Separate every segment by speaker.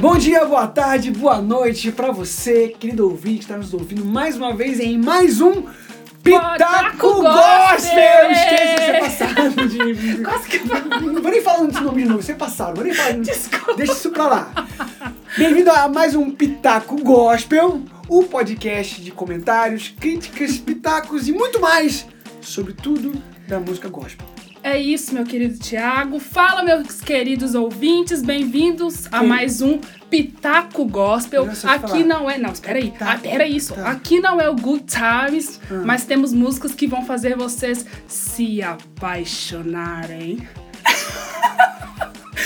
Speaker 1: Bom dia, boa tarde, boa noite pra você, querido ouvinte, que está nos ouvindo mais uma vez em mais um Pitaco
Speaker 2: Pitaco
Speaker 1: Gospel!
Speaker 2: Gospel!
Speaker 1: Eu esqueci de ser passado de.
Speaker 2: Quase que eu falei.
Speaker 1: Não vou nem falando esse nome de novo, você passaram, vou nem falando.
Speaker 2: Desculpa.
Speaker 1: Deixa isso pra lá. Bem-vindo a mais um Pitaco Gospel, o podcast de comentários, críticas, pitacos e muito mais sobre tudo da música gospel.
Speaker 2: É isso, meu querido Tiago. Fala, meus queridos ouvintes, bem-vindos a
Speaker 1: Sim.
Speaker 2: mais um Pitaco Gospel.
Speaker 1: Olha só, deixa eu
Speaker 2: Aqui
Speaker 1: falar.
Speaker 2: não é. Não, espera aí.
Speaker 1: Pitaco,
Speaker 2: Ah, pera isso.
Speaker 1: pitaco.
Speaker 2: Aqui não é o Good Times,
Speaker 1: Ah.
Speaker 2: mas temos músicas que vão fazer vocês se apaixonarem.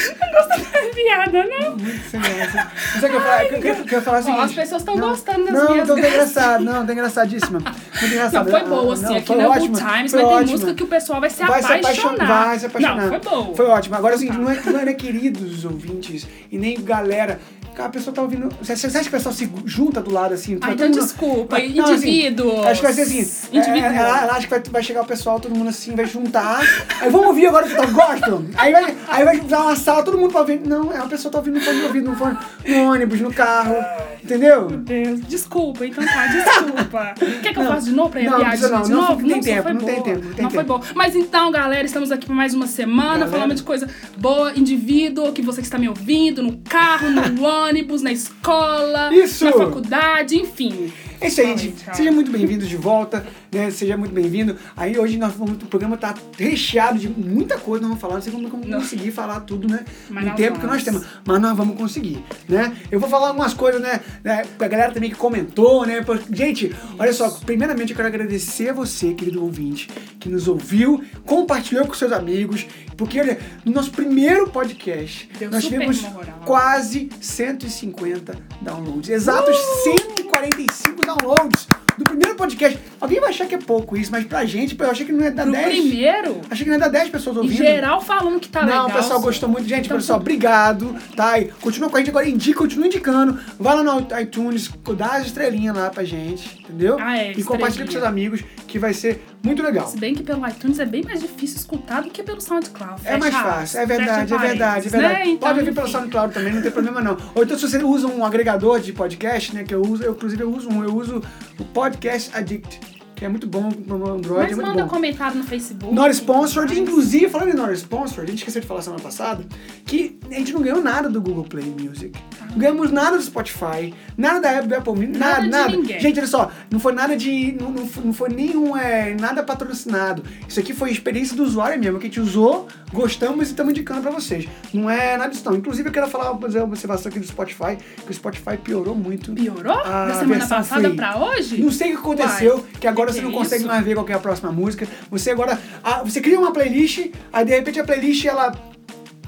Speaker 2: Não gosto dessa piada, não?
Speaker 1: Muito sem graça. Mas é que eu falar- que eu quero- que eu ia falar o
Speaker 2: Ó,
Speaker 1: seguinte.
Speaker 2: as pessoas estão
Speaker 1: Não,
Speaker 2: gostando das
Speaker 1: Não,
Speaker 2: minhas
Speaker 1: não tá
Speaker 2: graças.
Speaker 1: engraçado, não, tá engraçadíssima. Muito engraçada.
Speaker 2: Não, foi boa, assim.
Speaker 1: Ah, Não,
Speaker 2: Aqui
Speaker 1: foi
Speaker 2: não é o Good
Speaker 1: ótima,
Speaker 2: Times, mas
Speaker 1: foi
Speaker 2: tem
Speaker 1: ótima.
Speaker 2: música que o pessoal vai se
Speaker 1: Vai se,
Speaker 2: apaixonar.
Speaker 1: apaixonar. vai se apaixonar.
Speaker 2: Não, foi boa.
Speaker 1: Foi ótimo. Agora, assim, não é, não é queridos ouvintes e nem galera. Cara, A pessoa tá ouvindo. Você você acha que o pessoal se junta do lado assim?
Speaker 2: Ah,
Speaker 1: Vai
Speaker 2: então
Speaker 1: todo mundo-
Speaker 2: desculpa,
Speaker 1: Vai- não, assim,
Speaker 2: indivíduos.
Speaker 1: acho que vai ser assim. é,
Speaker 2: Indivíduos.
Speaker 1: Ela, ela acha que vai, vai chegar o pessoal, todo mundo assim, vai juntar. Aí vamos ouvir agora o que tá gostam. Aí vai, aí vai dar uma sala, todo mundo pra ouvir. Não, é uma pessoa tá ouvindo no fone de ouvido, no fone, no ônibus, no carro. Entendeu?
Speaker 2: Deus, desculpa, então tá, desculpa. Quer que eu faça de novo pra
Speaker 1: Não,
Speaker 2: enviar de
Speaker 1: precisa não,
Speaker 2: de
Speaker 1: não,
Speaker 2: novo?
Speaker 1: não tem
Speaker 2: Nossa,
Speaker 1: tempo,
Speaker 2: foi
Speaker 1: não tem
Speaker 2: boa.
Speaker 1: tempo, não tem
Speaker 2: foi
Speaker 1: tempo.
Speaker 2: bom. Mas então, galera, estamos aqui por mais uma semana,
Speaker 1: Galera.
Speaker 2: falando de coisa boa, indivíduo, que você que está me ouvindo, no carro, no ônibus, na escola,
Speaker 1: Isso.
Speaker 2: na faculdade, enfim.
Speaker 1: É isso aí,
Speaker 2: Fala,
Speaker 1: gente.
Speaker 2: tchau.
Speaker 1: Seja muito bem-vindo de volta, né? Seja muito bem-vindo. Aí hoje nós vamos, o programa tá recheado de muita coisa, nós vamos falar, não sei como vamos
Speaker 2: Não.
Speaker 1: conseguir falar tudo, né?
Speaker 2: Mas
Speaker 1: no
Speaker 2: nós
Speaker 1: tempo que nós
Speaker 2: vamos.
Speaker 1: temos. Mas nós vamos conseguir, né? Eu vou falar algumas coisas, né? né pra galera também que comentou, né? Pra- Gente, olha só, primeiramente eu quero agradecer a você, querido ouvinte, que nos ouviu, compartilhou com seus amigos, porque olha, no nosso primeiro podcast,
Speaker 2: Deu
Speaker 1: nós
Speaker 2: super
Speaker 1: tivemos
Speaker 2: moral.
Speaker 1: quase 150 downloads. Exatos
Speaker 2: Uh!
Speaker 1: 145 downloads do primeiro podcast. Alguém vai achar que é pouco isso, mas pra gente, eu achei que não ia dar
Speaker 2: Pro
Speaker 1: 10.
Speaker 2: primeiro,
Speaker 1: Achei que não ia dar 10 pessoas
Speaker 2: em
Speaker 1: ouvindo.
Speaker 2: geral falando que tá legal.
Speaker 1: Não, o pessoal
Speaker 2: só.
Speaker 1: gostou muito. Gente,
Speaker 2: Então,
Speaker 1: pessoal,
Speaker 2: tá.
Speaker 1: obrigado, tá? E continua com a gente agora, indica, continua indicando. Vai lá no iTunes, dá as estrelinhas lá pra gente, entendeu?
Speaker 2: Ah, é,
Speaker 1: e compartilha
Speaker 2: estrelinha.
Speaker 1: com seus amigos, que vai ser muito legal.
Speaker 2: Se bem que pelo iTunes é bem mais difícil escutar do que pelo SoundCloud.
Speaker 1: É mais
Speaker 2: Fecha
Speaker 1: fácil, é
Speaker 2: aspas,
Speaker 1: verdade, é
Speaker 2: fecha
Speaker 1: verdade, é
Speaker 2: parênteses,
Speaker 1: verdade.
Speaker 2: Né? Então,
Speaker 1: Pode vir pelo
Speaker 2: enfim.
Speaker 1: SoundCloud também, não tem problema não. Ou então se você usa um agregador de podcast, né, que eu uso, eu inclusive eu uso um, eu uso o Podcast Addict, que é muito bom no Android,
Speaker 2: Mas
Speaker 1: é muito
Speaker 2: manda
Speaker 1: bom.
Speaker 2: comentário no Facebook.
Speaker 1: Not sponsored, inclusive, falando em not sponsored, a gente esqueceu de falar semana passada que a gente não ganhou nada do Google Play Music. Não ganhamos nada do Spotify, nada da Apple, do Apple Music, nada,
Speaker 2: Ah. Nada de
Speaker 1: nada.
Speaker 2: ninguém.
Speaker 1: Gente, olha só, não foi nada de. Não, não foi, não foi nenhum. É, nada patrocinado. Isso aqui foi experiência do usuário mesmo, que a gente usou, gostamos e estamos indicando pra vocês. Não é nada disso, não. Inclusive, eu quero falar, fazer uma observação aqui do Spotify, que o Spotify piorou muito.
Speaker 2: Piorou?
Speaker 1: A
Speaker 2: da semana
Speaker 1: versão um
Speaker 2: passada
Speaker 1: free.
Speaker 2: pra hoje?
Speaker 1: Não sei o que aconteceu,
Speaker 2: Uai,
Speaker 1: que agora
Speaker 2: que
Speaker 1: você
Speaker 2: que
Speaker 1: não
Speaker 2: é
Speaker 1: consegue
Speaker 2: isso?
Speaker 1: mais ver qual que é a próxima música. Você agora. ah, você cria uma playlist, aí de repente a playlist ela.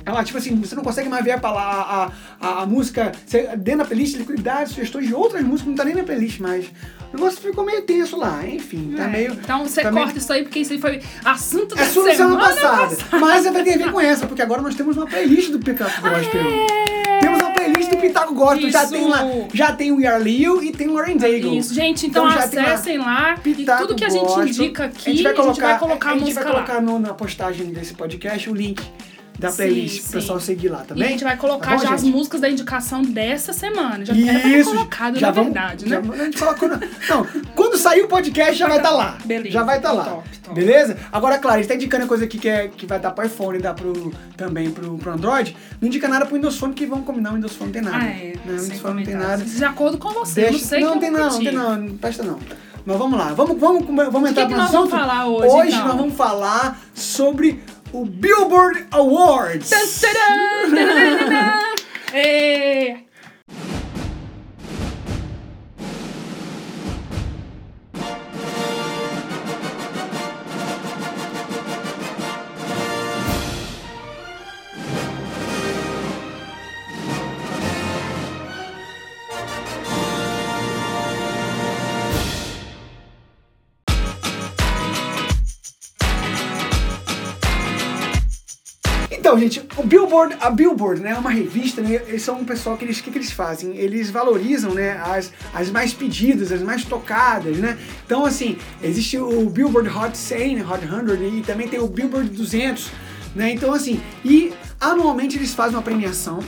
Speaker 1: Ela, tipo assim, você não consegue mais ver a, pala- a, a, a música. Você, dentro da playlist, ele dá sugestões de outras músicas, não tá nem na playlist mais. O negócio ficou meio tenso lá, enfim, tá
Speaker 2: É,
Speaker 1: meio.
Speaker 2: Então você
Speaker 1: tá meio-
Speaker 2: corta isso aí, porque isso aí foi assunto da
Speaker 1: É sua semana passada.
Speaker 2: passada.
Speaker 1: Mas vai ter a ver com essa, porque agora nós temos uma playlist do Pickup Gospel.
Speaker 2: É
Speaker 1: Temos uma playlist do Pitaco Gospel. Já
Speaker 2: Isso.
Speaker 1: tem lá. Já tem o Yar Leo e tem o Warren Daigle.
Speaker 2: Isso, gente, então,
Speaker 1: Então já tem lá.
Speaker 2: acessem lá.
Speaker 1: Pitaco
Speaker 2: e tudo que a gente
Speaker 1: Gospel.
Speaker 2: indica aqui,
Speaker 1: a gente vai colocar,
Speaker 2: a, música
Speaker 1: vai
Speaker 2: lá.
Speaker 1: colocar no- na postagem desse podcast o link da
Speaker 2: Sim,
Speaker 1: playlist pro
Speaker 2: sim.
Speaker 1: pessoal seguir lá
Speaker 2: E
Speaker 1: também.
Speaker 2: a gente vai colocar
Speaker 1: Tá bom,
Speaker 2: já as
Speaker 1: gente?
Speaker 2: músicas da indicação dessa semana. Já era pra ter colocado,
Speaker 1: já
Speaker 2: na
Speaker 1: vamos-
Speaker 2: verdade,
Speaker 1: já-
Speaker 2: né? tá
Speaker 1: a gente colocou na- não, quando sair o podcast já vai estar lá.
Speaker 2: Beleza, então
Speaker 1: Já vai estar lá.
Speaker 2: top, top.
Speaker 1: Beleza? Agora, claro, a gente tá indicando coisa aqui que, é, que vai dar pro iPhone, dá pro, também pro, pro Android. Não indica nada pro Windows Phone, que vamos combinar, o Windows Phone não tem nada.
Speaker 2: Ah, é.
Speaker 1: Não, o
Speaker 2: sem
Speaker 1: Windows Phone não tem
Speaker 2: comentários.
Speaker 1: nada.
Speaker 2: De acordo com você,
Speaker 1: Deixa-
Speaker 2: eu não sei que eu
Speaker 1: tem não, não tem
Speaker 2: curti.
Speaker 1: não, não presta não. Mas vamos lá, vamos, vamos, vamos
Speaker 2: que
Speaker 1: entrar
Speaker 2: que
Speaker 1: no
Speaker 2: nós
Speaker 1: assunto.
Speaker 2: vamos falar hoje,
Speaker 1: Hoje
Speaker 2: então?
Speaker 1: nós vamos falar sobre o Billboard Awards.
Speaker 2: Tan, taran, taran, taran. É.
Speaker 1: Então, gente, o Billboard, a Billboard, né, é uma revista, né, eles são um pessoal que eles, o que, que eles fazem? Eles valorizam, né, as, as mais pedidas, as mais tocadas, né? Então, assim, existe o Billboard Hot 100, Hot 100 e também tem o Billboard 200, né? Então, assim, e anualmente eles fazem uma premiação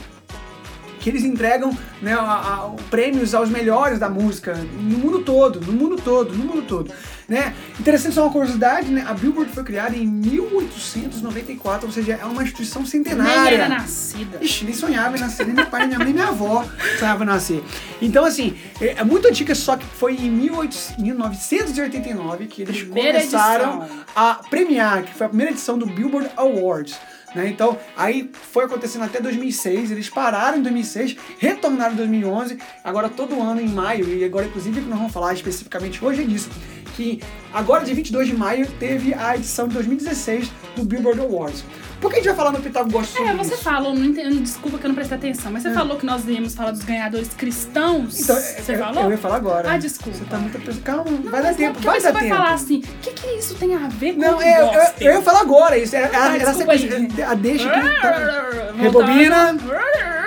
Speaker 1: que eles entregam né, a- a- prêmios aos melhores da música no mundo todo, no mundo todo, no mundo todo. Né? Interessante só uma curiosidade, né? A Billboard foi criada em 1894, ou seja, é uma instituição
Speaker 2: Nem
Speaker 1: centenária.
Speaker 2: era nascida.
Speaker 1: Ixi, nem sonhava em nascer, nem meu pai, nem minha mãe, nem minha avó sonhava em nascer. Então, assim, é é muito antiga, só que foi em 1800 1989 que eles
Speaker 2: Primeira
Speaker 1: começaram
Speaker 2: edição.
Speaker 1: a premiar, que foi a primeira edição do Billboard Awards. Né? Então, aí foi acontecendo até 2006, eles pararam em 2006, retornaram em 2011, agora todo ano em maio, e agora inclusive o que nós vamos falar especificamente hoje é disso, que agora de 22 de maio teve a edição de 2016 do Billboard Awards. Por que a gente vai falar no Pitágoras Gosto sobre
Speaker 2: É, você
Speaker 1: isso? É.
Speaker 2: falou, não entendo, desculpa que eu não prestei atenção, mas você falou que nós íamos falar dos ganhadores cristãos.
Speaker 1: Então,
Speaker 2: você
Speaker 1: eu,
Speaker 2: falou?
Speaker 1: eu ia falar agora.
Speaker 2: Ah, desculpa.
Speaker 1: Você tá muito preso. Calma, vai dar
Speaker 2: Mas não,
Speaker 1: tempo,
Speaker 2: porque
Speaker 1: vai
Speaker 2: você
Speaker 1: dar
Speaker 2: vai
Speaker 1: tempo.
Speaker 2: falar assim, o que, que isso tem a ver com
Speaker 1: Não,
Speaker 2: o
Speaker 1: é, eu,
Speaker 2: gospel?
Speaker 1: eu ia falar agora isso. é, Era, era, era
Speaker 2: Ah,
Speaker 1: a
Speaker 2: desculpa Ah, aí.
Speaker 1: sequência- a deixa que tá-
Speaker 2: Voltando.
Speaker 1: Rebobina.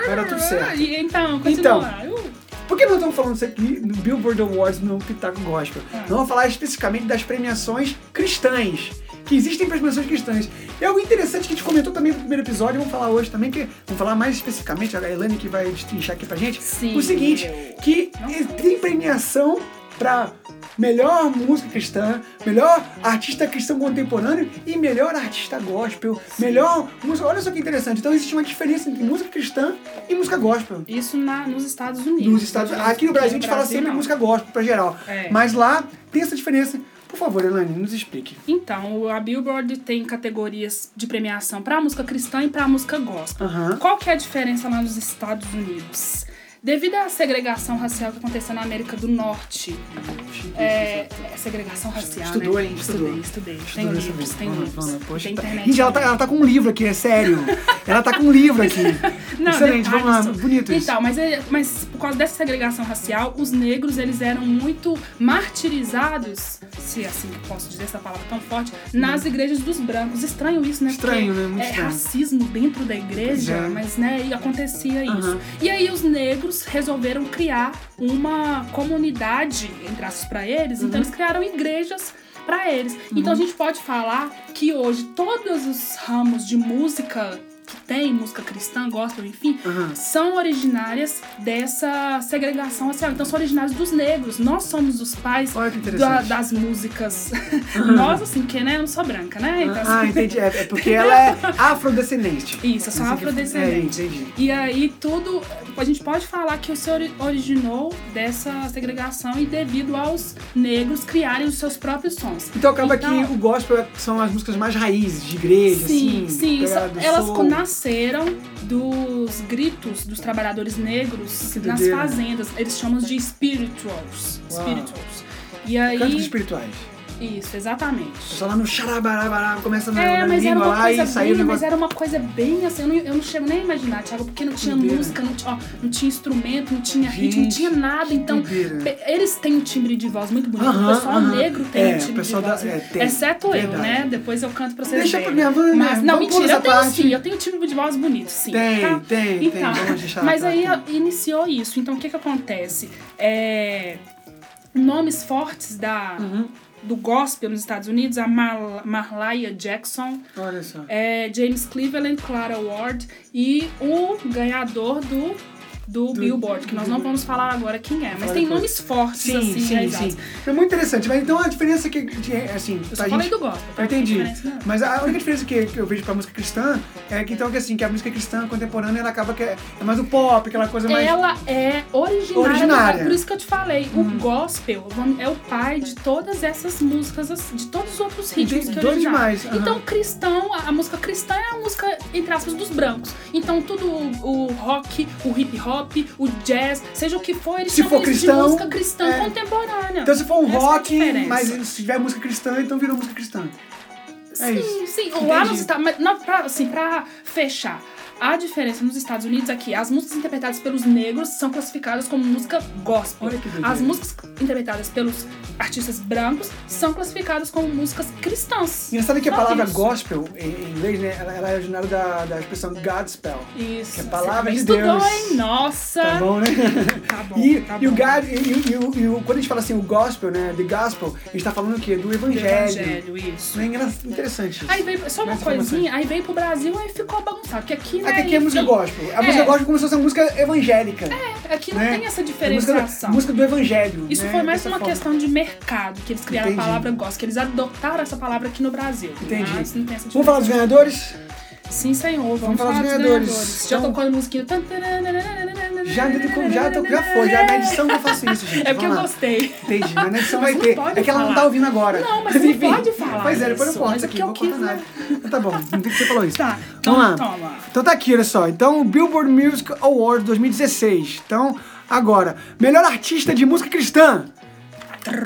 Speaker 1: Era tudo certo.
Speaker 2: E, Então,
Speaker 1: Então.
Speaker 2: continua. Eu-
Speaker 1: Por que nós estamos falando isso aqui no Billboard Awards no Pitaco Gospel?
Speaker 2: Ah.
Speaker 1: Nós vamos falar especificamente das premiações cristãs. Que existem premiações cristãs. E algo interessante que a gente comentou também no primeiro episódio, vamos falar hoje também, que vamos falar mais especificamente, a Elane que vai destrinchar aqui pra gente.
Speaker 2: Sim.
Speaker 1: O seguinte, que tem premiação pra melhor música cristã, melhor artista cristão contemporâneo e melhor artista gospel, melhor música. Olha só que interessante. Então existe uma diferença entre música cristã e música gospel.
Speaker 2: Isso na- nos Estados Unidos.
Speaker 1: Nos Estados Aqui no Brasil a gente fala sempre
Speaker 2: não.
Speaker 1: música gospel pra geral.
Speaker 2: É.
Speaker 1: Mas lá tem essa diferença. Por favor, Elane, nos explique.
Speaker 2: Então, a Billboard tem categorias de premiação pra música cristã e pra música gospel.
Speaker 1: Aham.
Speaker 2: Qual que é a diferença lá nos Estados Unidos? Devido à segregação racial que aconteceu na América do Norte, é, é segregação racial,
Speaker 1: Estudou,
Speaker 2: né?
Speaker 1: hein?
Speaker 2: Estudei,
Speaker 1: Estudou.
Speaker 2: estudei. Tem
Speaker 1: Estudou dessa
Speaker 2: livros,
Speaker 1: vez.
Speaker 2: tem
Speaker 1: Vamos,
Speaker 2: livros.
Speaker 1: vamos, poxa,
Speaker 2: tem
Speaker 1: tá-
Speaker 2: internet.
Speaker 1: Gente, ela tá, ela tá com um livro aqui, é sério. ela tá com um livro aqui.
Speaker 2: Não,
Speaker 1: Excelente, vamos lá.
Speaker 2: detalhes só.
Speaker 1: Bonito isso.
Speaker 2: Então, mas, é- mas por causa dessa segregação racial, os negros eles eram muito martirizados, se assim que posso dizer essa palavra tão forte, nas igrejas dos brancos. Estranho isso, né?
Speaker 1: Estranho, né? Muito
Speaker 2: é
Speaker 1: estranho.
Speaker 2: racismo dentro da igreja,
Speaker 1: Pois é.
Speaker 2: mas né, e acontecia isso.
Speaker 1: Aham.
Speaker 2: E aí os negros resolveram criar uma comunidade, entre aspas, pra eles,
Speaker 1: Uhum.
Speaker 2: então eles criaram igrejas pra eles. Então a gente pode falar que hoje todos os ramos de música que tem, música cristã, gospel, enfim,
Speaker 1: Aham.
Speaker 2: são originárias dessa segregação racial. Então são originários dos negros. Nós somos os pais
Speaker 1: Olha que
Speaker 2: da-
Speaker 1: interessante.
Speaker 2: das músicas. Nós, assim, que né, eu não sou branca, né? Então,
Speaker 1: Ah,
Speaker 2: assim,
Speaker 1: entendi. É, é porque ela é afrodescendente.
Speaker 2: Isso, eu sou
Speaker 1: Não sei o que-
Speaker 2: afrodescendente.
Speaker 1: É, entendi.
Speaker 2: E aí tudo, a gente pode falar que o se ori- originou dessa segregação e devido aos negros criarem os seus próprios sons.
Speaker 1: Então acaba
Speaker 2: Então-
Speaker 1: que o gospel é- são as músicas mais raízes, de igreja,
Speaker 2: Sim,
Speaker 1: assim.
Speaker 2: sim, isso-
Speaker 1: pegada do
Speaker 2: elas
Speaker 1: soul.
Speaker 2: nasceram dos gritos dos trabalhadores negros
Speaker 1: Que
Speaker 2: nas
Speaker 1: doideira.
Speaker 2: fazendas. Eles chamam de spirituals.
Speaker 1: Uau.
Speaker 2: Spirituals. E
Speaker 1: Cânticos
Speaker 2: aí.
Speaker 1: espirituais.
Speaker 2: Isso, exatamente.
Speaker 1: Só lá no xarabarabará, começa na,
Speaker 2: É,
Speaker 1: na
Speaker 2: mas era
Speaker 1: né? língua
Speaker 2: uma
Speaker 1: lá
Speaker 2: coisa
Speaker 1: e saiu o
Speaker 2: bem, mas
Speaker 1: negócio.
Speaker 2: era uma coisa bem assim, eu não, eu não chego nem a imaginar, Thiago, porque não tinha
Speaker 1: Doideira.
Speaker 2: música, não, tinha- ó, não tinha instrumento, não tinha ritmo, não
Speaker 1: Gente,
Speaker 2: tinha nada, então
Speaker 1: doideira.
Speaker 2: pe- eles têm um timbre de voz muito bonito,
Speaker 1: Aham,
Speaker 2: o pessoal
Speaker 1: aham.
Speaker 2: negro tem
Speaker 1: É,
Speaker 2: um
Speaker 1: o
Speaker 2: timbre
Speaker 1: pessoal
Speaker 2: de
Speaker 1: da-
Speaker 2: voz,
Speaker 1: é, tem,
Speaker 2: exceto eu,
Speaker 1: verdade.
Speaker 2: né, depois eu canto pra vocês
Speaker 1: Deixa pra
Speaker 2: verem.
Speaker 1: minha mãe, né?
Speaker 2: Mas, não,
Speaker 1: Vamos pôr
Speaker 2: mentira, eu
Speaker 1: essa
Speaker 2: tenho
Speaker 1: parte.
Speaker 2: sim, eu tenho um timbre de voz bonito, sim,
Speaker 1: Tem,
Speaker 2: tá?
Speaker 1: tem,
Speaker 2: Então,
Speaker 1: tem. Vamos deixar.
Speaker 2: mas
Speaker 1: tá,
Speaker 2: aí
Speaker 1: tá.
Speaker 2: a- iniciou isso, então o que que acontece? É, nomes fortes da...
Speaker 1: Uhum.
Speaker 2: Do gospel nos Estados Unidos, a Mar Marlaia Jackson,
Speaker 1: Olha só.
Speaker 2: é, James Cleveland, Clara Ward e o ganhador do, do, Billboard, que nós não vamos falar agora quem é, mas
Speaker 1: Olha
Speaker 2: tem
Speaker 1: que-
Speaker 2: nomes fortes
Speaker 1: Sim,
Speaker 2: assim,
Speaker 1: sim,
Speaker 2: realizados.
Speaker 1: sim. É muito interessante. Mas então a diferença é que, de- assim,
Speaker 2: Eu
Speaker 1: pra
Speaker 2: só
Speaker 1: gente...
Speaker 2: falei do gospel, tá?
Speaker 1: Entendi.
Speaker 2: Não tem diferença nenhuma.
Speaker 1: Mas a única diferença que, que eu vejo pra música cristã é que então que assim, que a música cristã contemporânea ela acaba que é, é mais o pop, aquela coisa mais.
Speaker 2: Ela é originária,
Speaker 1: Originária. Hum.
Speaker 2: do- por isso que eu te falei, o gospel vamos- é o pai de todas essas músicas, assim, de todos os outros ritmos
Speaker 1: Entendi,
Speaker 2: que
Speaker 1: doido
Speaker 2: originaram.
Speaker 1: demais, aham.
Speaker 2: Então, cristão, a a música cristã é a música, entre aspas, dos brancos. Então, tudo o, o rock, o hip hop, o jazz, seja o que for, eles
Speaker 1: Se
Speaker 2: chamam
Speaker 1: for
Speaker 2: isso de
Speaker 1: cristão,
Speaker 2: música cristã
Speaker 1: é.
Speaker 2: contemporânea.
Speaker 1: Então se for um
Speaker 2: Essa é a
Speaker 1: rock,
Speaker 2: diferença.
Speaker 1: mas se tiver música cristã, então virou música cristã. É
Speaker 2: Sim,
Speaker 1: isso.
Speaker 2: sim. Lá
Speaker 1: Entendi.
Speaker 2: nos Estados mas não, pra, assim, pra fechar, a diferença nos Estados Unidos aqui, as músicas interpretadas pelos negros são classificadas como música gospel.
Speaker 1: Olha que doideira.
Speaker 2: As músicas interpretadas pelos artistas brancos são classificadas como músicas cristãs.
Speaker 1: Engraçado que a
Speaker 2: Só
Speaker 1: palavra
Speaker 2: isso.
Speaker 1: gospel em, em inglês, né, ela, ela é originária da, da expressão Godspell.
Speaker 2: Isso.
Speaker 1: Que a palavra
Speaker 2: você
Speaker 1: de
Speaker 2: estudou,
Speaker 1: Deus.
Speaker 2: hein? Nossa.
Speaker 1: Tá bom, né?
Speaker 2: Tá bom,
Speaker 1: E,
Speaker 2: tá
Speaker 1: e o
Speaker 2: bom.
Speaker 1: God, e, e- e o- e o- quando a gente fala assim, o gospel, né? The gospel, a gente tá falando o quê? Do
Speaker 2: Do
Speaker 1: evangelho.
Speaker 2: Evangelho, isso.
Speaker 1: Não é engra- interessante interessante isso. é
Speaker 2: Aí veio, só uma
Speaker 1: Essa
Speaker 2: coisinha, aí veio pro Brasil e ficou bagunçado. Porque aqui, né,
Speaker 1: Aqui, aqui assim? é música
Speaker 2: enfim,
Speaker 1: gospel. A música gospel começou a ser música evangélica. É,
Speaker 2: aqui não
Speaker 1: né?
Speaker 2: tem essa
Speaker 1: música,
Speaker 2: diferenciação.
Speaker 1: música do evangelho.
Speaker 2: Isso
Speaker 1: né?
Speaker 2: foi mais
Speaker 1: Dessa
Speaker 2: uma
Speaker 1: forma.
Speaker 2: questão de mercado, que eles criaram
Speaker 1: Entendi.
Speaker 2: a palavra gospel, que eles adotaram essa palavra aqui no Brasil.
Speaker 1: Entendi.
Speaker 2: Mas Ah, não tem essa
Speaker 1: Vamos falar dos ganhadores?
Speaker 2: diferença. Sim, senhor, vamos, falar, dos ganhadores. Já
Speaker 1: Então-
Speaker 2: tocou a musiquinha.
Speaker 1: Já, já, já foi, já é na edição que eu faço isso, gente.
Speaker 2: É porque eu
Speaker 1: Vamos lá.
Speaker 2: gostei.
Speaker 1: Entendi, mas na edição
Speaker 2: Mas
Speaker 1: vai
Speaker 2: não
Speaker 1: ter.
Speaker 2: pode
Speaker 1: É que ela não
Speaker 2: falar.
Speaker 1: tá ouvindo agora.
Speaker 2: Não, mas não pode falar
Speaker 1: Pois é, depois eu
Speaker 2: isso,
Speaker 1: corto
Speaker 2: mas
Speaker 1: isso
Speaker 2: é
Speaker 1: aqui,
Speaker 2: que eu
Speaker 1: não vou cortar
Speaker 2: quis,
Speaker 1: nada.
Speaker 2: né?
Speaker 1: Então Tá bom, não tem que você falou isso.
Speaker 2: Tá,
Speaker 1: Vamos
Speaker 2: toma,
Speaker 1: lá.
Speaker 2: toma.
Speaker 1: Então tá aqui, olha só. Então, Billboard Music Awards 2016. Então, agora, melhor artista de música cristã.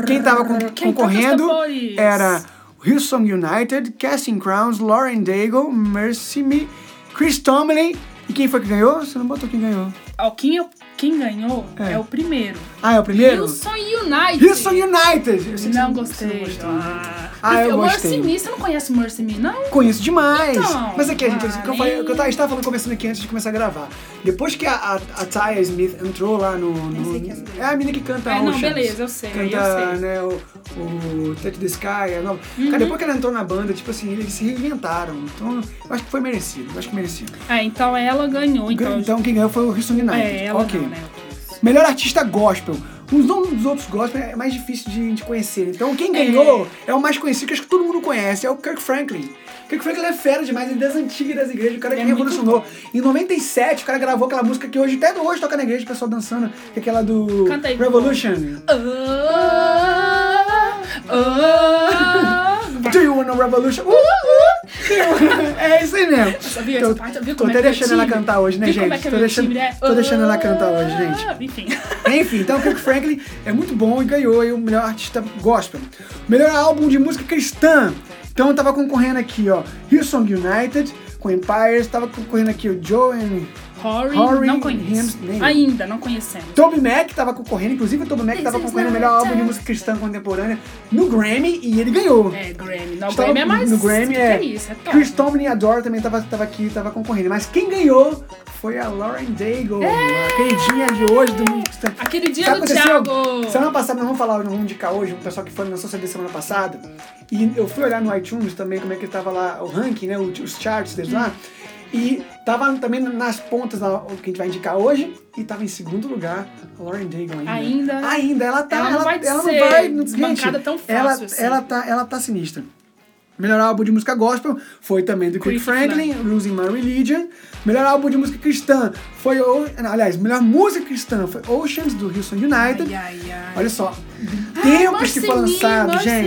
Speaker 1: Quem tava con-
Speaker 2: Quem
Speaker 1: concorrendo
Speaker 2: tá com os tambores?
Speaker 1: era Hillsong United, Casting Crowns, Lauren Daigle, Mercy Me, Chris Tomlin. E quem foi que ganhou? Você não botou quem ganhou.
Speaker 2: Ó, quem, quem ganhou
Speaker 1: É.
Speaker 2: é. o primeiro.
Speaker 1: Ah, é o primeiro?
Speaker 2: Wilson United.
Speaker 1: Hillsong United! Eu sei que você-
Speaker 2: Não
Speaker 1: você
Speaker 2: gostei.
Speaker 1: gostou, né?
Speaker 2: Ah,
Speaker 1: Ah, eu
Speaker 2: o
Speaker 1: gostei.
Speaker 2: Mercy Me, você não conhece o Mercy Me, não?
Speaker 1: Conheço demais.
Speaker 2: Então,
Speaker 1: Mas aqui, gente, o que eu
Speaker 2: Mari.
Speaker 1: falei, o que eu tava- a gente tava falando conversando aqui antes de começar a gravar. Depois que a, a, a Taya Smith entrou lá no. no-
Speaker 3: sei quem é essa daí.
Speaker 1: é a menina que canta
Speaker 2: É, não,
Speaker 1: Oceans.
Speaker 2: beleza, eu sei, eu
Speaker 1: Canta,
Speaker 2: sei. Uhum.
Speaker 1: né, o, o Touch the Sky, a nova. Cara, depois que ela entrou na banda, tipo assim, eles se reinventaram. Então, eu acho que foi merecido. eu acho que merecido.
Speaker 2: Ah, então ela ganhou. Então,
Speaker 1: Então, quem ganhou foi o Houston United.
Speaker 2: é, ela
Speaker 1: ok.
Speaker 2: não, né? eu-
Speaker 1: Melhor artista gospel. Os nomes dos outros gospel é mais difícil de, de conhecer. Então, quem ganhou é. o mais conhecido, que acho que todo mundo conhece, é o Kirk Franklin. Kirk Franklin é fera demais, ele é das antigas das igrejas, o cara
Speaker 2: Ele
Speaker 1: que
Speaker 2: é muito
Speaker 1: revolucionou. Em 97, o cara gravou aquela música que hoje, até hoje, toca na igreja, o pessoal dançando, que é aquela do
Speaker 2: Canta aí.
Speaker 1: Revolution.
Speaker 2: Ah, ah.
Speaker 1: Do you want a revolution? Uh, uh. é isso aí mesmo.
Speaker 2: Sabia
Speaker 1: Tô-
Speaker 2: essa parte? Viu
Speaker 1: tô
Speaker 2: como é
Speaker 1: até
Speaker 2: que é
Speaker 1: deixando ela
Speaker 2: tímido?
Speaker 1: cantar hoje, né,
Speaker 2: Viu
Speaker 1: gente?
Speaker 2: Como é que é
Speaker 1: Tô
Speaker 2: meu
Speaker 1: deixando-
Speaker 2: tímido, né?
Speaker 1: tô deixando ela cantar hoje, gente.
Speaker 2: Ah, Enfim.
Speaker 1: Enfim, então Kirk Franklin é muito bom e ganhou aí o melhor artista gospel. Melhor álbum de música cristã. Então eu tava concorrendo aqui, ó, Hillsong United com Empires, tava concorrendo aqui o Joe and
Speaker 2: Horry,
Speaker 1: Horry
Speaker 2: não
Speaker 1: Hymns,
Speaker 2: conheço.
Speaker 1: nem-
Speaker 2: Ainda não conhecemos.
Speaker 1: Toby Mac tava concorrendo, inclusive o Toby Mac tava
Speaker 2: This is
Speaker 1: concorrendo o
Speaker 2: my
Speaker 1: melhor álbum de
Speaker 2: time.
Speaker 1: música cristã contemporânea no Grammy e ele ganhou.
Speaker 2: É, Grammy. Não,
Speaker 1: Estava
Speaker 2: Grammy é mais.
Speaker 1: Tá no Grammy
Speaker 2: que
Speaker 1: é,
Speaker 2: que isso, é top.
Speaker 1: Chris Tomlin e a Dora também tava, tava aqui, tava concorrendo. Mas quem ganhou foi a Lauren Daigle,
Speaker 2: É.
Speaker 1: a queridinha de hoje do mundo cristão.
Speaker 2: Aquele dia
Speaker 1: Sabe o
Speaker 2: do
Speaker 1: que aconteceu?
Speaker 2: Thiago.
Speaker 1: Semana passada, nós vamos falar, nós vamos indicar hoje, um pessoal que foi na sociedade semana passada. E eu fui olhar no iTunes também como é que tava lá o ranking, né? o- Os charts deles lá. E tava também nas pontas lá, o que a gente vai indicar hoje. E tava em segundo lugar a Lauren Daigle ainda.
Speaker 2: Ainda.
Speaker 1: Ainda, ela tá.
Speaker 2: Ela não vai ser desbancada tão fácil
Speaker 1: ela,
Speaker 2: assim.
Speaker 1: ela, tá, ela tá sinistra. Melhor álbum de música gospel foi também do Kirk
Speaker 2: Kirk
Speaker 1: Franklin, Losing My Religion. Melhor álbum de música cristã foi. O- Aliás, melhor música cristã foi Oceans, do Houston United.
Speaker 2: Ai, Ah, ai, ai.
Speaker 1: Olha só, tempos que
Speaker 2: Mercy
Speaker 1: foi
Speaker 2: Me,
Speaker 1: lançado,
Speaker 2: Mercy Anei,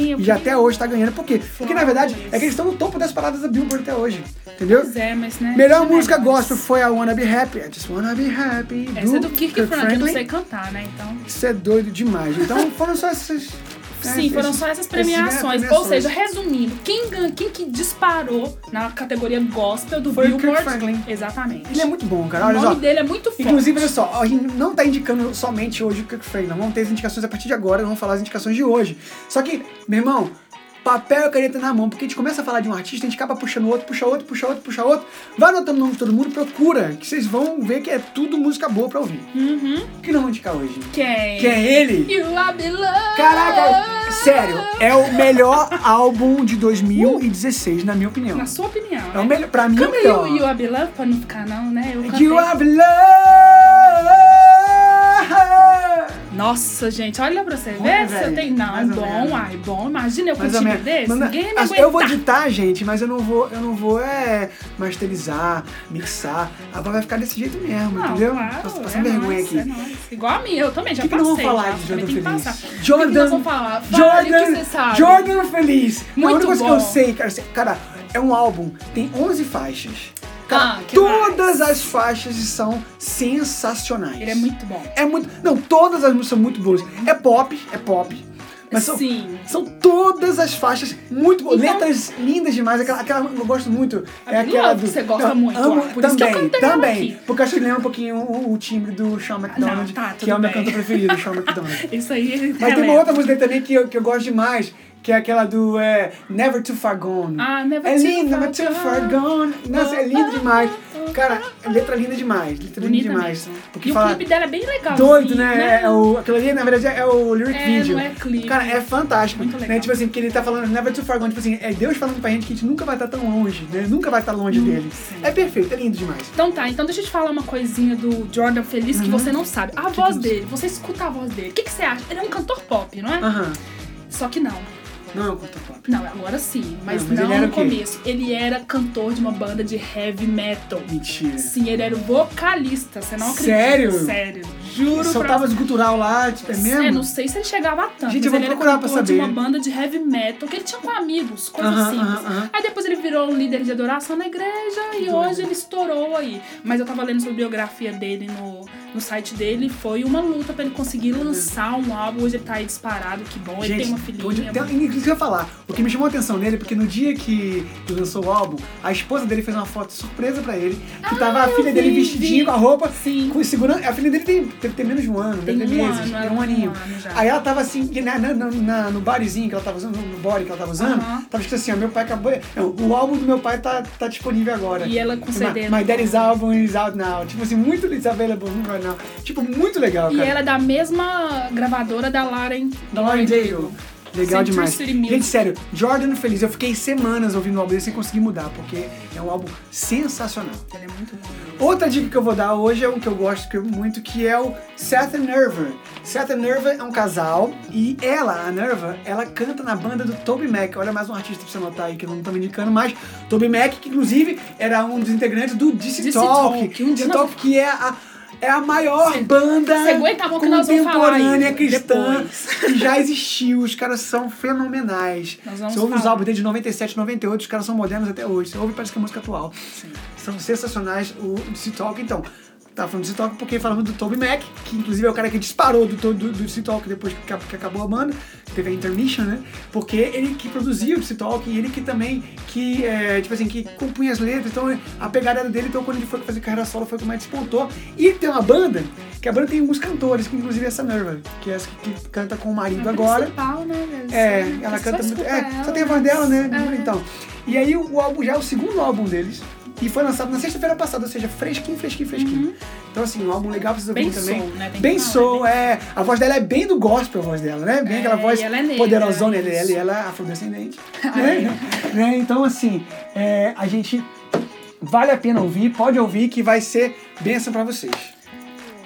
Speaker 1: gente.
Speaker 2: eu
Speaker 1: E já
Speaker 2: queria-
Speaker 1: até hoje tá ganhando. Por quê? Porque na verdade é que eles estão no topo das paradas da Billboard até hoje. Entendeu?
Speaker 2: Pois é, mas né.
Speaker 1: Melhor
Speaker 2: né,
Speaker 1: música
Speaker 2: mas-
Speaker 1: gospel foi a Wanna Be Happy. I just wanna be happy.
Speaker 2: Essa é do Kirk
Speaker 1: Kirk
Speaker 2: Franklin, eu não sei cantar, né? Então.
Speaker 1: Isso é doido demais. Então foram só essas. É,
Speaker 2: Sim, foram só essas
Speaker 1: né,
Speaker 2: premiações. Ou seja, resumindo, quem, gan- quem que disparou na categoria gospel do
Speaker 1: Foi o Kirk
Speaker 2: Billboard?
Speaker 1: Franklin.
Speaker 2: Exatamente.
Speaker 1: Ele é muito bom, cara.
Speaker 2: o
Speaker 1: Olha
Speaker 2: nome
Speaker 1: só.
Speaker 2: dele é muito forte.
Speaker 1: Inclusive, olha só, a gente não tá indicando somente hoje o Kirk Franklin, não. Vamos ter as indicações a partir de agora, vamos falar as indicações de hoje. Só que, meu irmão, papel e caneta na mão, porque a gente começa a falar de um artista, a gente acaba puxando outro, puxa outro, puxa outro, puxa outro. Vai anotando o nome de todo mundo, procura, que vocês vão ver que é tudo música boa pra ouvir.
Speaker 2: Uhum.
Speaker 1: O que não vão indicar hoje?
Speaker 2: Quem?
Speaker 1: Que é ele?
Speaker 2: You are beloved.
Speaker 1: Caraca, sério, é o melhor álbum de 2016, na minha opinião.
Speaker 2: Na sua opinião.
Speaker 1: É o
Speaker 2: né?
Speaker 1: melhor, pra mim é o
Speaker 2: Canta
Speaker 1: melhor. É
Speaker 2: you, you are beloved pra não ficar, não, né? Eu cantei.
Speaker 1: You have love.
Speaker 2: Nossa, gente, olha pra você
Speaker 1: Olha,
Speaker 2: ver se
Speaker 1: velho,
Speaker 2: eu tenho. Não, é
Speaker 1: mais ou menos.
Speaker 2: bom, ai, bom. Imagina eu com um
Speaker 1: Mais ou
Speaker 2: time
Speaker 1: menos.
Speaker 2: desse.
Speaker 1: Manda-
Speaker 2: Ninguém me
Speaker 1: As-
Speaker 2: aguenta.
Speaker 1: eu vou editar, gente, mas eu não vou, eu não vou é, masterizar, mixar. A voz vai ficar desse jeito mesmo,
Speaker 2: Não,
Speaker 1: entendeu?
Speaker 2: claro,
Speaker 1: Tô
Speaker 2: é
Speaker 1: passando vergonha
Speaker 2: nóis,
Speaker 1: aqui.
Speaker 2: é nóis. Igual a mim, eu também
Speaker 1: O
Speaker 2: já
Speaker 1: que, que nós
Speaker 2: passei.
Speaker 1: vamos falar
Speaker 2: já,
Speaker 1: de
Speaker 2: também
Speaker 1: Jordan
Speaker 2: tem que
Speaker 1: Feliz?
Speaker 2: passar. O que que
Speaker 1: Jordan,
Speaker 2: nós vamos falar? Fale o que
Speaker 1: Jordan,
Speaker 2: você sabe.
Speaker 1: Jordan Feliz. É a
Speaker 2: Muito
Speaker 1: única coisa que eu
Speaker 2: bom.
Speaker 1: sei, cara, se- cara, é um álbum, tem 11 faixas. Cara,
Speaker 2: Ah, que
Speaker 1: todas
Speaker 2: mais?
Speaker 1: as faixas são sensacionais.
Speaker 2: Ele é muito bom.
Speaker 1: É muito. Não, todas as músicas são muito boas. É pop, é pop. Mas são,
Speaker 2: Sim.
Speaker 1: são todas as faixas muito boas.
Speaker 2: Então-
Speaker 1: Letras lindas demais. Aquela, aquela que eu gosto muito. É
Speaker 2: Ah,
Speaker 1: aquela
Speaker 2: lógico
Speaker 1: do.
Speaker 2: que você gosta muito,
Speaker 1: amo-
Speaker 2: ó, por isso que eu
Speaker 1: também,
Speaker 2: cantei ela
Speaker 1: também.
Speaker 2: aqui.
Speaker 1: Porque eu acho que lembra um pouquinho o, o timbre do Sean McDonald,
Speaker 2: Não, tá,
Speaker 1: que é o meu
Speaker 2: tudo bem.
Speaker 1: cantor preferido, o Sean McDonald.
Speaker 2: Isso aí.
Speaker 1: Mas tem uma
Speaker 2: releva.
Speaker 1: outra música dele também que eu, que eu gosto demais, que é aquela do é, Never Too Far Gone.
Speaker 2: Ah, never
Speaker 1: é
Speaker 2: too
Speaker 1: lindo,
Speaker 2: far
Speaker 1: Never Too Far
Speaker 2: gone.
Speaker 1: Gone. Nossa, é lindo demais. Cara, é letra linda demais. Letra
Speaker 2: Bonita
Speaker 1: linda demais.
Speaker 2: mesmo.
Speaker 1: Porque
Speaker 2: e
Speaker 1: fala-
Speaker 2: o clipe dela é bem legal.
Speaker 1: Doido,
Speaker 2: assim,
Speaker 1: né? É, o, aquilo ali, na verdade, é o lyric
Speaker 2: É,
Speaker 1: video.
Speaker 2: não é clipe.
Speaker 1: Cara, é fantástico.
Speaker 2: Muito
Speaker 1: né?
Speaker 2: legal.
Speaker 1: Tipo assim, porque ele tá falando never too far gone. Tipo assim, é Deus falando pra gente que a gente nunca vai estar tão longe, né? Nunca vai estar
Speaker 2: Hum,
Speaker 1: longe dele. É perfeito, é lindo demais.
Speaker 2: Então tá, então deixa eu te falar uma coisinha do Jordan Feliz
Speaker 1: Uhum.
Speaker 2: que você não sabe. A voz dele, você escuta a voz dele. O que, que você acha? Ele é um cantor pop, não é?
Speaker 1: Aham.
Speaker 2: Só que não.
Speaker 1: Não é um contra pop.
Speaker 2: Não, agora sim, mas
Speaker 1: Não,
Speaker 2: não,
Speaker 1: mas ele era
Speaker 2: no
Speaker 1: o quê?
Speaker 2: começo. Ele era cantor de uma banda de heavy metal.
Speaker 1: Mentira.
Speaker 2: Sim, ele era o vocalista, você não acredita.
Speaker 1: Sério?
Speaker 2: Sério. Juro pra
Speaker 1: Soltava os gutural lá, tipo, é
Speaker 2: É,
Speaker 1: mesmo?
Speaker 2: não sei se ele chegava a tanto.
Speaker 1: Gente, eu vou
Speaker 2: mas ele
Speaker 1: procurar
Speaker 2: era
Speaker 1: pra
Speaker 2: cantor de
Speaker 1: saber.
Speaker 2: uma banda de heavy metal, que ele tinha com amigos, coisa
Speaker 1: Aham,
Speaker 2: simples.
Speaker 1: aham, aham.
Speaker 2: Aí depois ele virou um líder de adoração na igreja e hoje ele estourou aí. Mas eu tava lendo sobre a biografia dele no, no site dele e foi uma luta pra ele conseguir lançar um álbum. Hoje ele tá aí disparado, que bom. ele tem uma filhinha.
Speaker 1: onde- tem- inclusive eu ia falar, o que me chamou a atenção nele, é porque no dia que que lançou o álbum, a esposa dele fez uma foto surpresa pra ele, que tava a filha dele
Speaker 2: Ah, vi,
Speaker 1: vestidinha
Speaker 2: vi.
Speaker 1: com a roupa,
Speaker 2: Sim.
Speaker 1: com segurando. A filha dele tem, deve ter menos de um ano,
Speaker 2: Tem
Speaker 1: deve ter
Speaker 2: um
Speaker 1: meses,
Speaker 2: ano,
Speaker 1: tem
Speaker 2: ela
Speaker 1: um
Speaker 2: tem um
Speaker 1: aninho.
Speaker 2: ano já.
Speaker 1: Aí ela tava assim, e na, na- na- na- no bodyzinho que ela tava usando, no body que ela tava usando,
Speaker 2: Aham.
Speaker 1: tava escrito assim, ó, meu pai acabou. O álbum do meu pai tá, tá disponível agora.
Speaker 2: E ela com CD.
Speaker 1: My, my daddy's album is out now. Tipo assim, muito it's available right now. Tipo, muito legal,
Speaker 2: E
Speaker 1: cara.
Speaker 2: ela é da mesma gravadora da Lauren.
Speaker 1: Da Lauren Dale. Legal
Speaker 2: Century
Speaker 1: demais.
Speaker 2: City Music.
Speaker 1: Gente, sério, Jordan Feliz. Eu fiquei semanas ouvindo o álbum dele sem conseguir mudar, porque é um álbum sensacional.
Speaker 2: Ela é muito boa.
Speaker 1: Outra dica que eu vou dar hoje é um que eu gosto que eu- muito, que é o Seth and Nerva. Seth and Nerva é um casal e ela, a Nerva, ela canta na banda do Toby Mac. Olha mais um artista pra você notar aí que eu não tô me indicando, mas Toby Mac, que inclusive era um dos integrantes do DC
Speaker 2: DC
Speaker 1: Talk.
Speaker 2: Talk, um
Speaker 1: DC
Speaker 2: dia
Speaker 1: Talk que é a, é a maior banda
Speaker 2: Você aguenta a mão que nós vamos falar aí,
Speaker 1: contemporânea cristã
Speaker 2: depois.
Speaker 1: que já existiu. Os caras são fenomenais.
Speaker 2: Nós vamos
Speaker 1: Você ouve os
Speaker 2: falar.
Speaker 1: álbuns dele de 97, 98, os caras são modernos até hoje. Você ouve parece que é música atual. São sensacionais o DC Talk, então. Tá falando do DC Talk porque falamos do Toby Mac, que inclusive é o cara que disparou do, to- do, do DC Talk depois que, acab- que acabou a banda, que teve a intermission, né? Porque ele que produzia o DC Talk e ele que também, que, é, tipo assim, que compunha as letras, então a pegada era dele, então quando ele foi fazer carreira solo foi o que mais despontou. E tem uma banda, que a banda tem alguns cantores, que inclusive é essa Nerva, que é essa que, que canta com o marido
Speaker 2: A
Speaker 1: agora.
Speaker 2: principal, né? velho?
Speaker 1: É,
Speaker 2: Sim,
Speaker 1: ela
Speaker 2: você
Speaker 1: canta
Speaker 2: só
Speaker 1: muito.
Speaker 2: escuta
Speaker 1: É,
Speaker 2: ela.
Speaker 1: só tem a voz dela, né?
Speaker 2: É.
Speaker 1: Então. E aí o álbum já é o segundo álbum deles. E foi lançado na sexta-feira passada, ou seja, fresquinho, fresquinho, fresquinho. Então, assim, um álbum legal pra vocês
Speaker 2: Uhum. Bem
Speaker 1: ouvirem também.
Speaker 2: soul, né? Tem que
Speaker 1: Bem
Speaker 2: falar,
Speaker 1: soul, é. A voz dela é bem do gospel, a voz dela, né? Bem
Speaker 2: É,
Speaker 1: aquela voz
Speaker 2: e ela é negra,
Speaker 1: poderosona, ela, ela,
Speaker 2: isso.
Speaker 1: ela é afrodescendente. né? Né? Então, assim, é, a gente. Vale a pena ouvir, pode ouvir, que vai ser bênção pra vocês.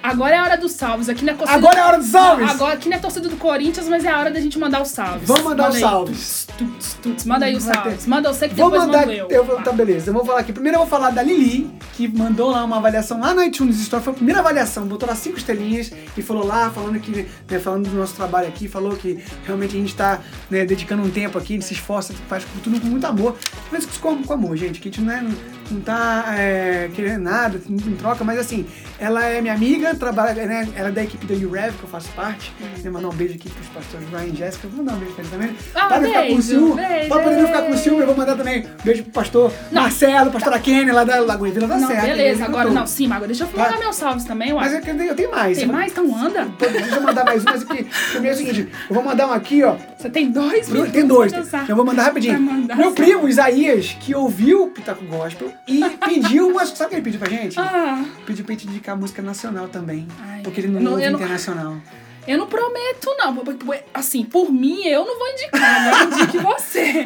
Speaker 2: Agora é a hora dos salves. Aqui não é torcida...
Speaker 1: Agora é a hora dos salves!
Speaker 2: Agora, aqui não é torcida do Corinthians, mas é a hora da gente mandar os salves.
Speaker 1: Vamos mandar
Speaker 2: Manda
Speaker 1: os
Speaker 2: aí.
Speaker 1: salves.
Speaker 2: Tuts, tuts. Manda aí os
Speaker 1: Vai ter.
Speaker 2: salves. Manda você que
Speaker 1: Vou
Speaker 2: depois
Speaker 1: mandar.
Speaker 2: mando eu.
Speaker 1: vou- tá, beleza. Eu vou falar aqui. Primeiro eu vou falar da Lili, que mandou lá uma avaliação lá no iTunes Store. Foi a primeira avaliação. Botou lá cinco estrelinhas e falou lá, falando que, né, falando do nosso trabalho aqui, falou que realmente a gente tá né, dedicando um tempo aqui, a gente se esforça, faz tudo com muito amor. Mas com, com amor, gente, que a gente não, é, não, não tá é, querendo nada assim, em troca, mas assim, ela é minha amiga, trabalha, né, ela é da equipe da UREV, que eu faço parte.
Speaker 2: Uhum.
Speaker 1: Né, mandar um beijo aqui pros pastores Ryan e Jéssica. Vou mandar um beijo pra eles também.
Speaker 2: Ah,
Speaker 1: Para não ficar com
Speaker 2: beijo,
Speaker 1: ciúme.
Speaker 2: beijo.
Speaker 1: Para poder não ficar com ciúme, eu vou mandar também um beijo pro pastor Marcelo, pastora Kenny, lá da Lagoinha Vila da
Speaker 2: Não,
Speaker 1: Serra.
Speaker 2: beleza. Agora
Speaker 1: cantor.
Speaker 2: não. Sim, mas agora deixa eu
Speaker 1: Vai.
Speaker 2: mandar meus salves também, uai.
Speaker 1: Mas é né? eu, eu tenho mais.
Speaker 2: Tem mais? Então anda.
Speaker 1: Pô, Deixa eu mandar mais um, mas aqui. Primeiro é o seguinte, eu vou mandar um aqui, ó.
Speaker 2: Você tem dois
Speaker 1: Bruno,
Speaker 2: minutos
Speaker 1: Tem dois.
Speaker 2: pra pensar.
Speaker 1: Eu vou mandar rapidinho.
Speaker 2: Pra mandar
Speaker 1: Meu
Speaker 2: salve.
Speaker 1: primo, Isaías, que ouviu o Pitaco Gospel e pediu uma. Sabe o que ele pediu pra gente?
Speaker 2: Ah,
Speaker 1: Pediu pra gente indicar música nacional também.
Speaker 2: Ai,
Speaker 1: porque ele
Speaker 2: eu
Speaker 1: não
Speaker 2: não-
Speaker 1: ouve
Speaker 2: eu não-
Speaker 1: internacional.
Speaker 2: eu não prometo, não. Porque, porque, Assim, por mim, eu não vou indicar. né? Eu indique você.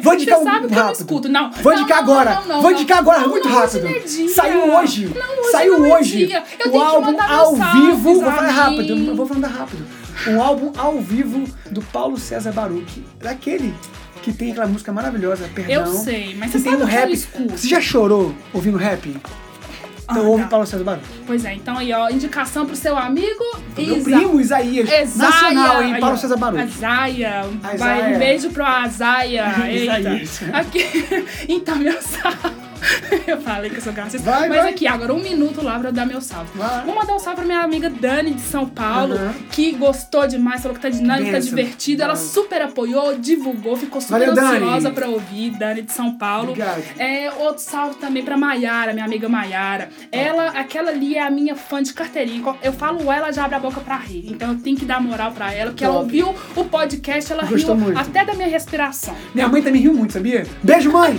Speaker 1: Vou indicar
Speaker 2: Você
Speaker 1: um
Speaker 2: sabe que eu não
Speaker 1: rápido.
Speaker 2: escuto. Não.
Speaker 1: Vou
Speaker 2: Não,
Speaker 1: indicar
Speaker 2: não,
Speaker 1: agora.
Speaker 2: não, não,
Speaker 1: Vou
Speaker 2: não.
Speaker 1: indicar agora,
Speaker 2: Não,
Speaker 1: muito
Speaker 2: não,
Speaker 1: rápido.
Speaker 2: hoje não é dia.
Speaker 1: Saiu hoje.
Speaker 2: Não, hoje
Speaker 1: Saiu
Speaker 2: não é
Speaker 1: hoje.
Speaker 2: dia. Eu
Speaker 1: o
Speaker 2: tenho que
Speaker 1: álbum
Speaker 2: mandar meus
Speaker 1: ao
Speaker 2: salves,
Speaker 1: vivo. Vou falar
Speaker 2: amém.
Speaker 1: rápido. Eu vou falando rápido. O álbum ao vivo do Paulo César Baruch. Daquele que tem aquela música maravilhosa, perdão.
Speaker 2: Eu sei, mas
Speaker 1: Que
Speaker 2: você
Speaker 1: tem
Speaker 2: sabe
Speaker 1: um
Speaker 2: que eu não
Speaker 1: rap.
Speaker 2: escuto.
Speaker 1: Você já chorou ouvindo rap? Então
Speaker 2: Ah,
Speaker 1: ouve
Speaker 2: tá.
Speaker 1: Paulo César Baruch.
Speaker 2: Pois é, então aí, ó, indicação pro seu amigo
Speaker 1: Meu
Speaker 2: Isa-
Speaker 1: primo, Isaías.
Speaker 2: Esaia.
Speaker 1: Nacional, hein?
Speaker 2: Aí,
Speaker 1: Paulo
Speaker 2: ó,
Speaker 1: César Baruch.
Speaker 2: Azaia.
Speaker 1: Azaia.
Speaker 2: Vai, um beijo pro Azaia.
Speaker 1: Isaías.
Speaker 2: Eita. Aqui. Então, meu salve. eu falei que eu sou garçom.
Speaker 1: Vai,
Speaker 2: Mas
Speaker 1: vai.
Speaker 2: aqui, agora um minuto lá pra eu dar meu salve.
Speaker 1: Vai.
Speaker 2: Vou mandar um salve pra minha amiga Dani de São Paulo,
Speaker 1: Aham.
Speaker 2: que gostou demais, falou que tá dinâmica, tá
Speaker 1: Benção.
Speaker 2: divertida. Ela super apoiou, divulgou, ficou super
Speaker 1: Valeu, Dani.
Speaker 2: ansiosa pra ouvir. Dani de São Paulo.
Speaker 1: Obrigado.
Speaker 2: É, outro salve também pra Maiara, minha amiga Maiara. Ela, aquela ali é a minha fã de carteirinha. Eu falo ela, já abre a boca pra rir. Então eu tenho que dar moral pra ela, porque ela
Speaker 1: Top.
Speaker 2: ouviu o podcast, ela
Speaker 1: Gostou
Speaker 2: riu
Speaker 1: muito.
Speaker 2: até da minha respiração.
Speaker 1: Minha mãe também riu muito, sabia? Beijo, mãe!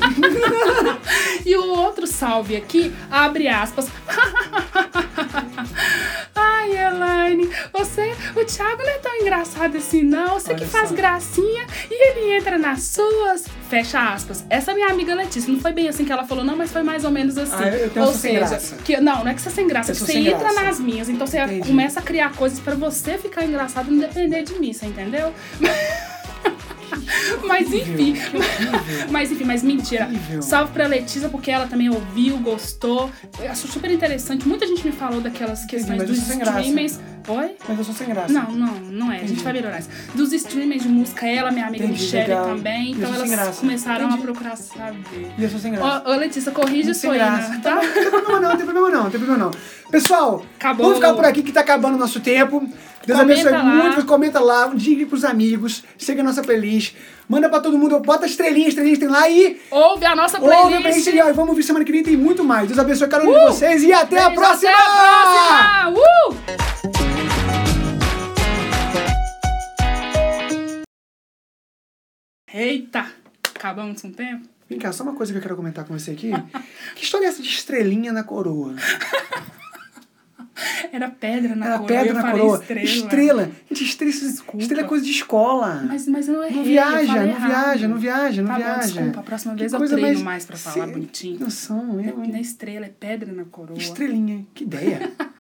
Speaker 2: E o outro salve aqui, abre aspas. Ai, Elaine, você, o Thiago não é tão engraçado assim, não. Você
Speaker 1: Olha
Speaker 2: que
Speaker 1: só.
Speaker 2: faz gracinha e ele entra nas suas. Fecha aspas. Essa minha amiga Letícia, não foi bem assim que ela falou, não, mas foi mais ou menos assim.
Speaker 1: Ah, eu tenho
Speaker 2: ou
Speaker 1: essa sem
Speaker 2: seja,
Speaker 1: graça.
Speaker 2: que não, não é que você é sem graça,
Speaker 1: Eu
Speaker 2: que
Speaker 1: sou
Speaker 2: você
Speaker 1: sem
Speaker 2: entra
Speaker 1: graça.
Speaker 2: nas minhas. Então você
Speaker 1: Entendi.
Speaker 2: começa a criar coisas pra você ficar engraçado e não depender de mim, você entendeu? Mas enfim, mas enfim, mas mentira.
Speaker 1: Horrível.
Speaker 2: Salve pra Letícia, porque ela também ouviu, gostou. Eu acho super interessante. Muita gente me falou daquelas questões
Speaker 1: mas
Speaker 2: dos
Speaker 1: isso é sem graça.
Speaker 2: streamers. Oi?
Speaker 1: Mas eu sou sem graça.
Speaker 2: Não, não, não é. A gente
Speaker 1: Entendi.
Speaker 2: vai melhorar isso. Dos streamers de música, ela, minha amiga
Speaker 1: Entendi,
Speaker 2: Michelle
Speaker 1: legal.
Speaker 2: também.
Speaker 1: Isso
Speaker 2: Então
Speaker 1: é sem
Speaker 2: elas
Speaker 1: graça.
Speaker 2: começaram a
Speaker 1: Entendi.
Speaker 2: procurar saber.
Speaker 1: E eu sou sem graça.
Speaker 2: Ô, ô, Letícia, corrige isso
Speaker 1: sem
Speaker 2: aí,
Speaker 1: graça.
Speaker 2: né? Tá?
Speaker 1: Não tem problema não, não tem problema não, não tem problema não. Pessoal,
Speaker 2: Acabou.
Speaker 1: vamos ficar por aqui que tá acabando o nosso tempo. Deus
Speaker 2: Comenta
Speaker 1: abençoe
Speaker 2: lá.
Speaker 1: muito, comenta lá, diga pros amigos, segue a nossa playlist, manda pra todo mundo, bota estrelinhas, estrelinhas tem lá e
Speaker 2: Ouve a nossa playlist.
Speaker 1: ouve a playlilist e vamos ver semana que vem tem muito mais. Deus abençoe cada um de
Speaker 2: Uh!
Speaker 1: vocês e até a
Speaker 2: Beijo,
Speaker 1: próxima!
Speaker 2: Até a próxima! Uh! Eita! Acabamos com o tempo?
Speaker 1: Vem cá, só uma coisa que eu quero comentar com você aqui. que história é essa de estrelinha na coroa?
Speaker 2: Era pedra na
Speaker 1: Era
Speaker 2: coroa.
Speaker 1: pedra
Speaker 2: eu
Speaker 1: na
Speaker 2: falei
Speaker 1: coroa.
Speaker 2: Estrela.
Speaker 1: Estrela. Gente, estrela,
Speaker 2: Desculpa.
Speaker 1: estrela é coisa de escola.
Speaker 2: Mas, mas eu errei.
Speaker 1: Não
Speaker 2: eu
Speaker 1: viaja,
Speaker 2: falei
Speaker 1: não
Speaker 2: errado.
Speaker 1: viaja, não viaja, não
Speaker 2: tá
Speaker 1: viaja.
Speaker 2: Bom, desculpa, a próxima
Speaker 1: Que
Speaker 2: vez eu
Speaker 1: coisa
Speaker 2: treino mais, pra falar
Speaker 1: Cê-
Speaker 2: bonitinho.
Speaker 1: Não são, eu,
Speaker 2: Na
Speaker 1: hein?
Speaker 2: estrela é pedra na coroa.
Speaker 1: é Estrelinha, que ideia.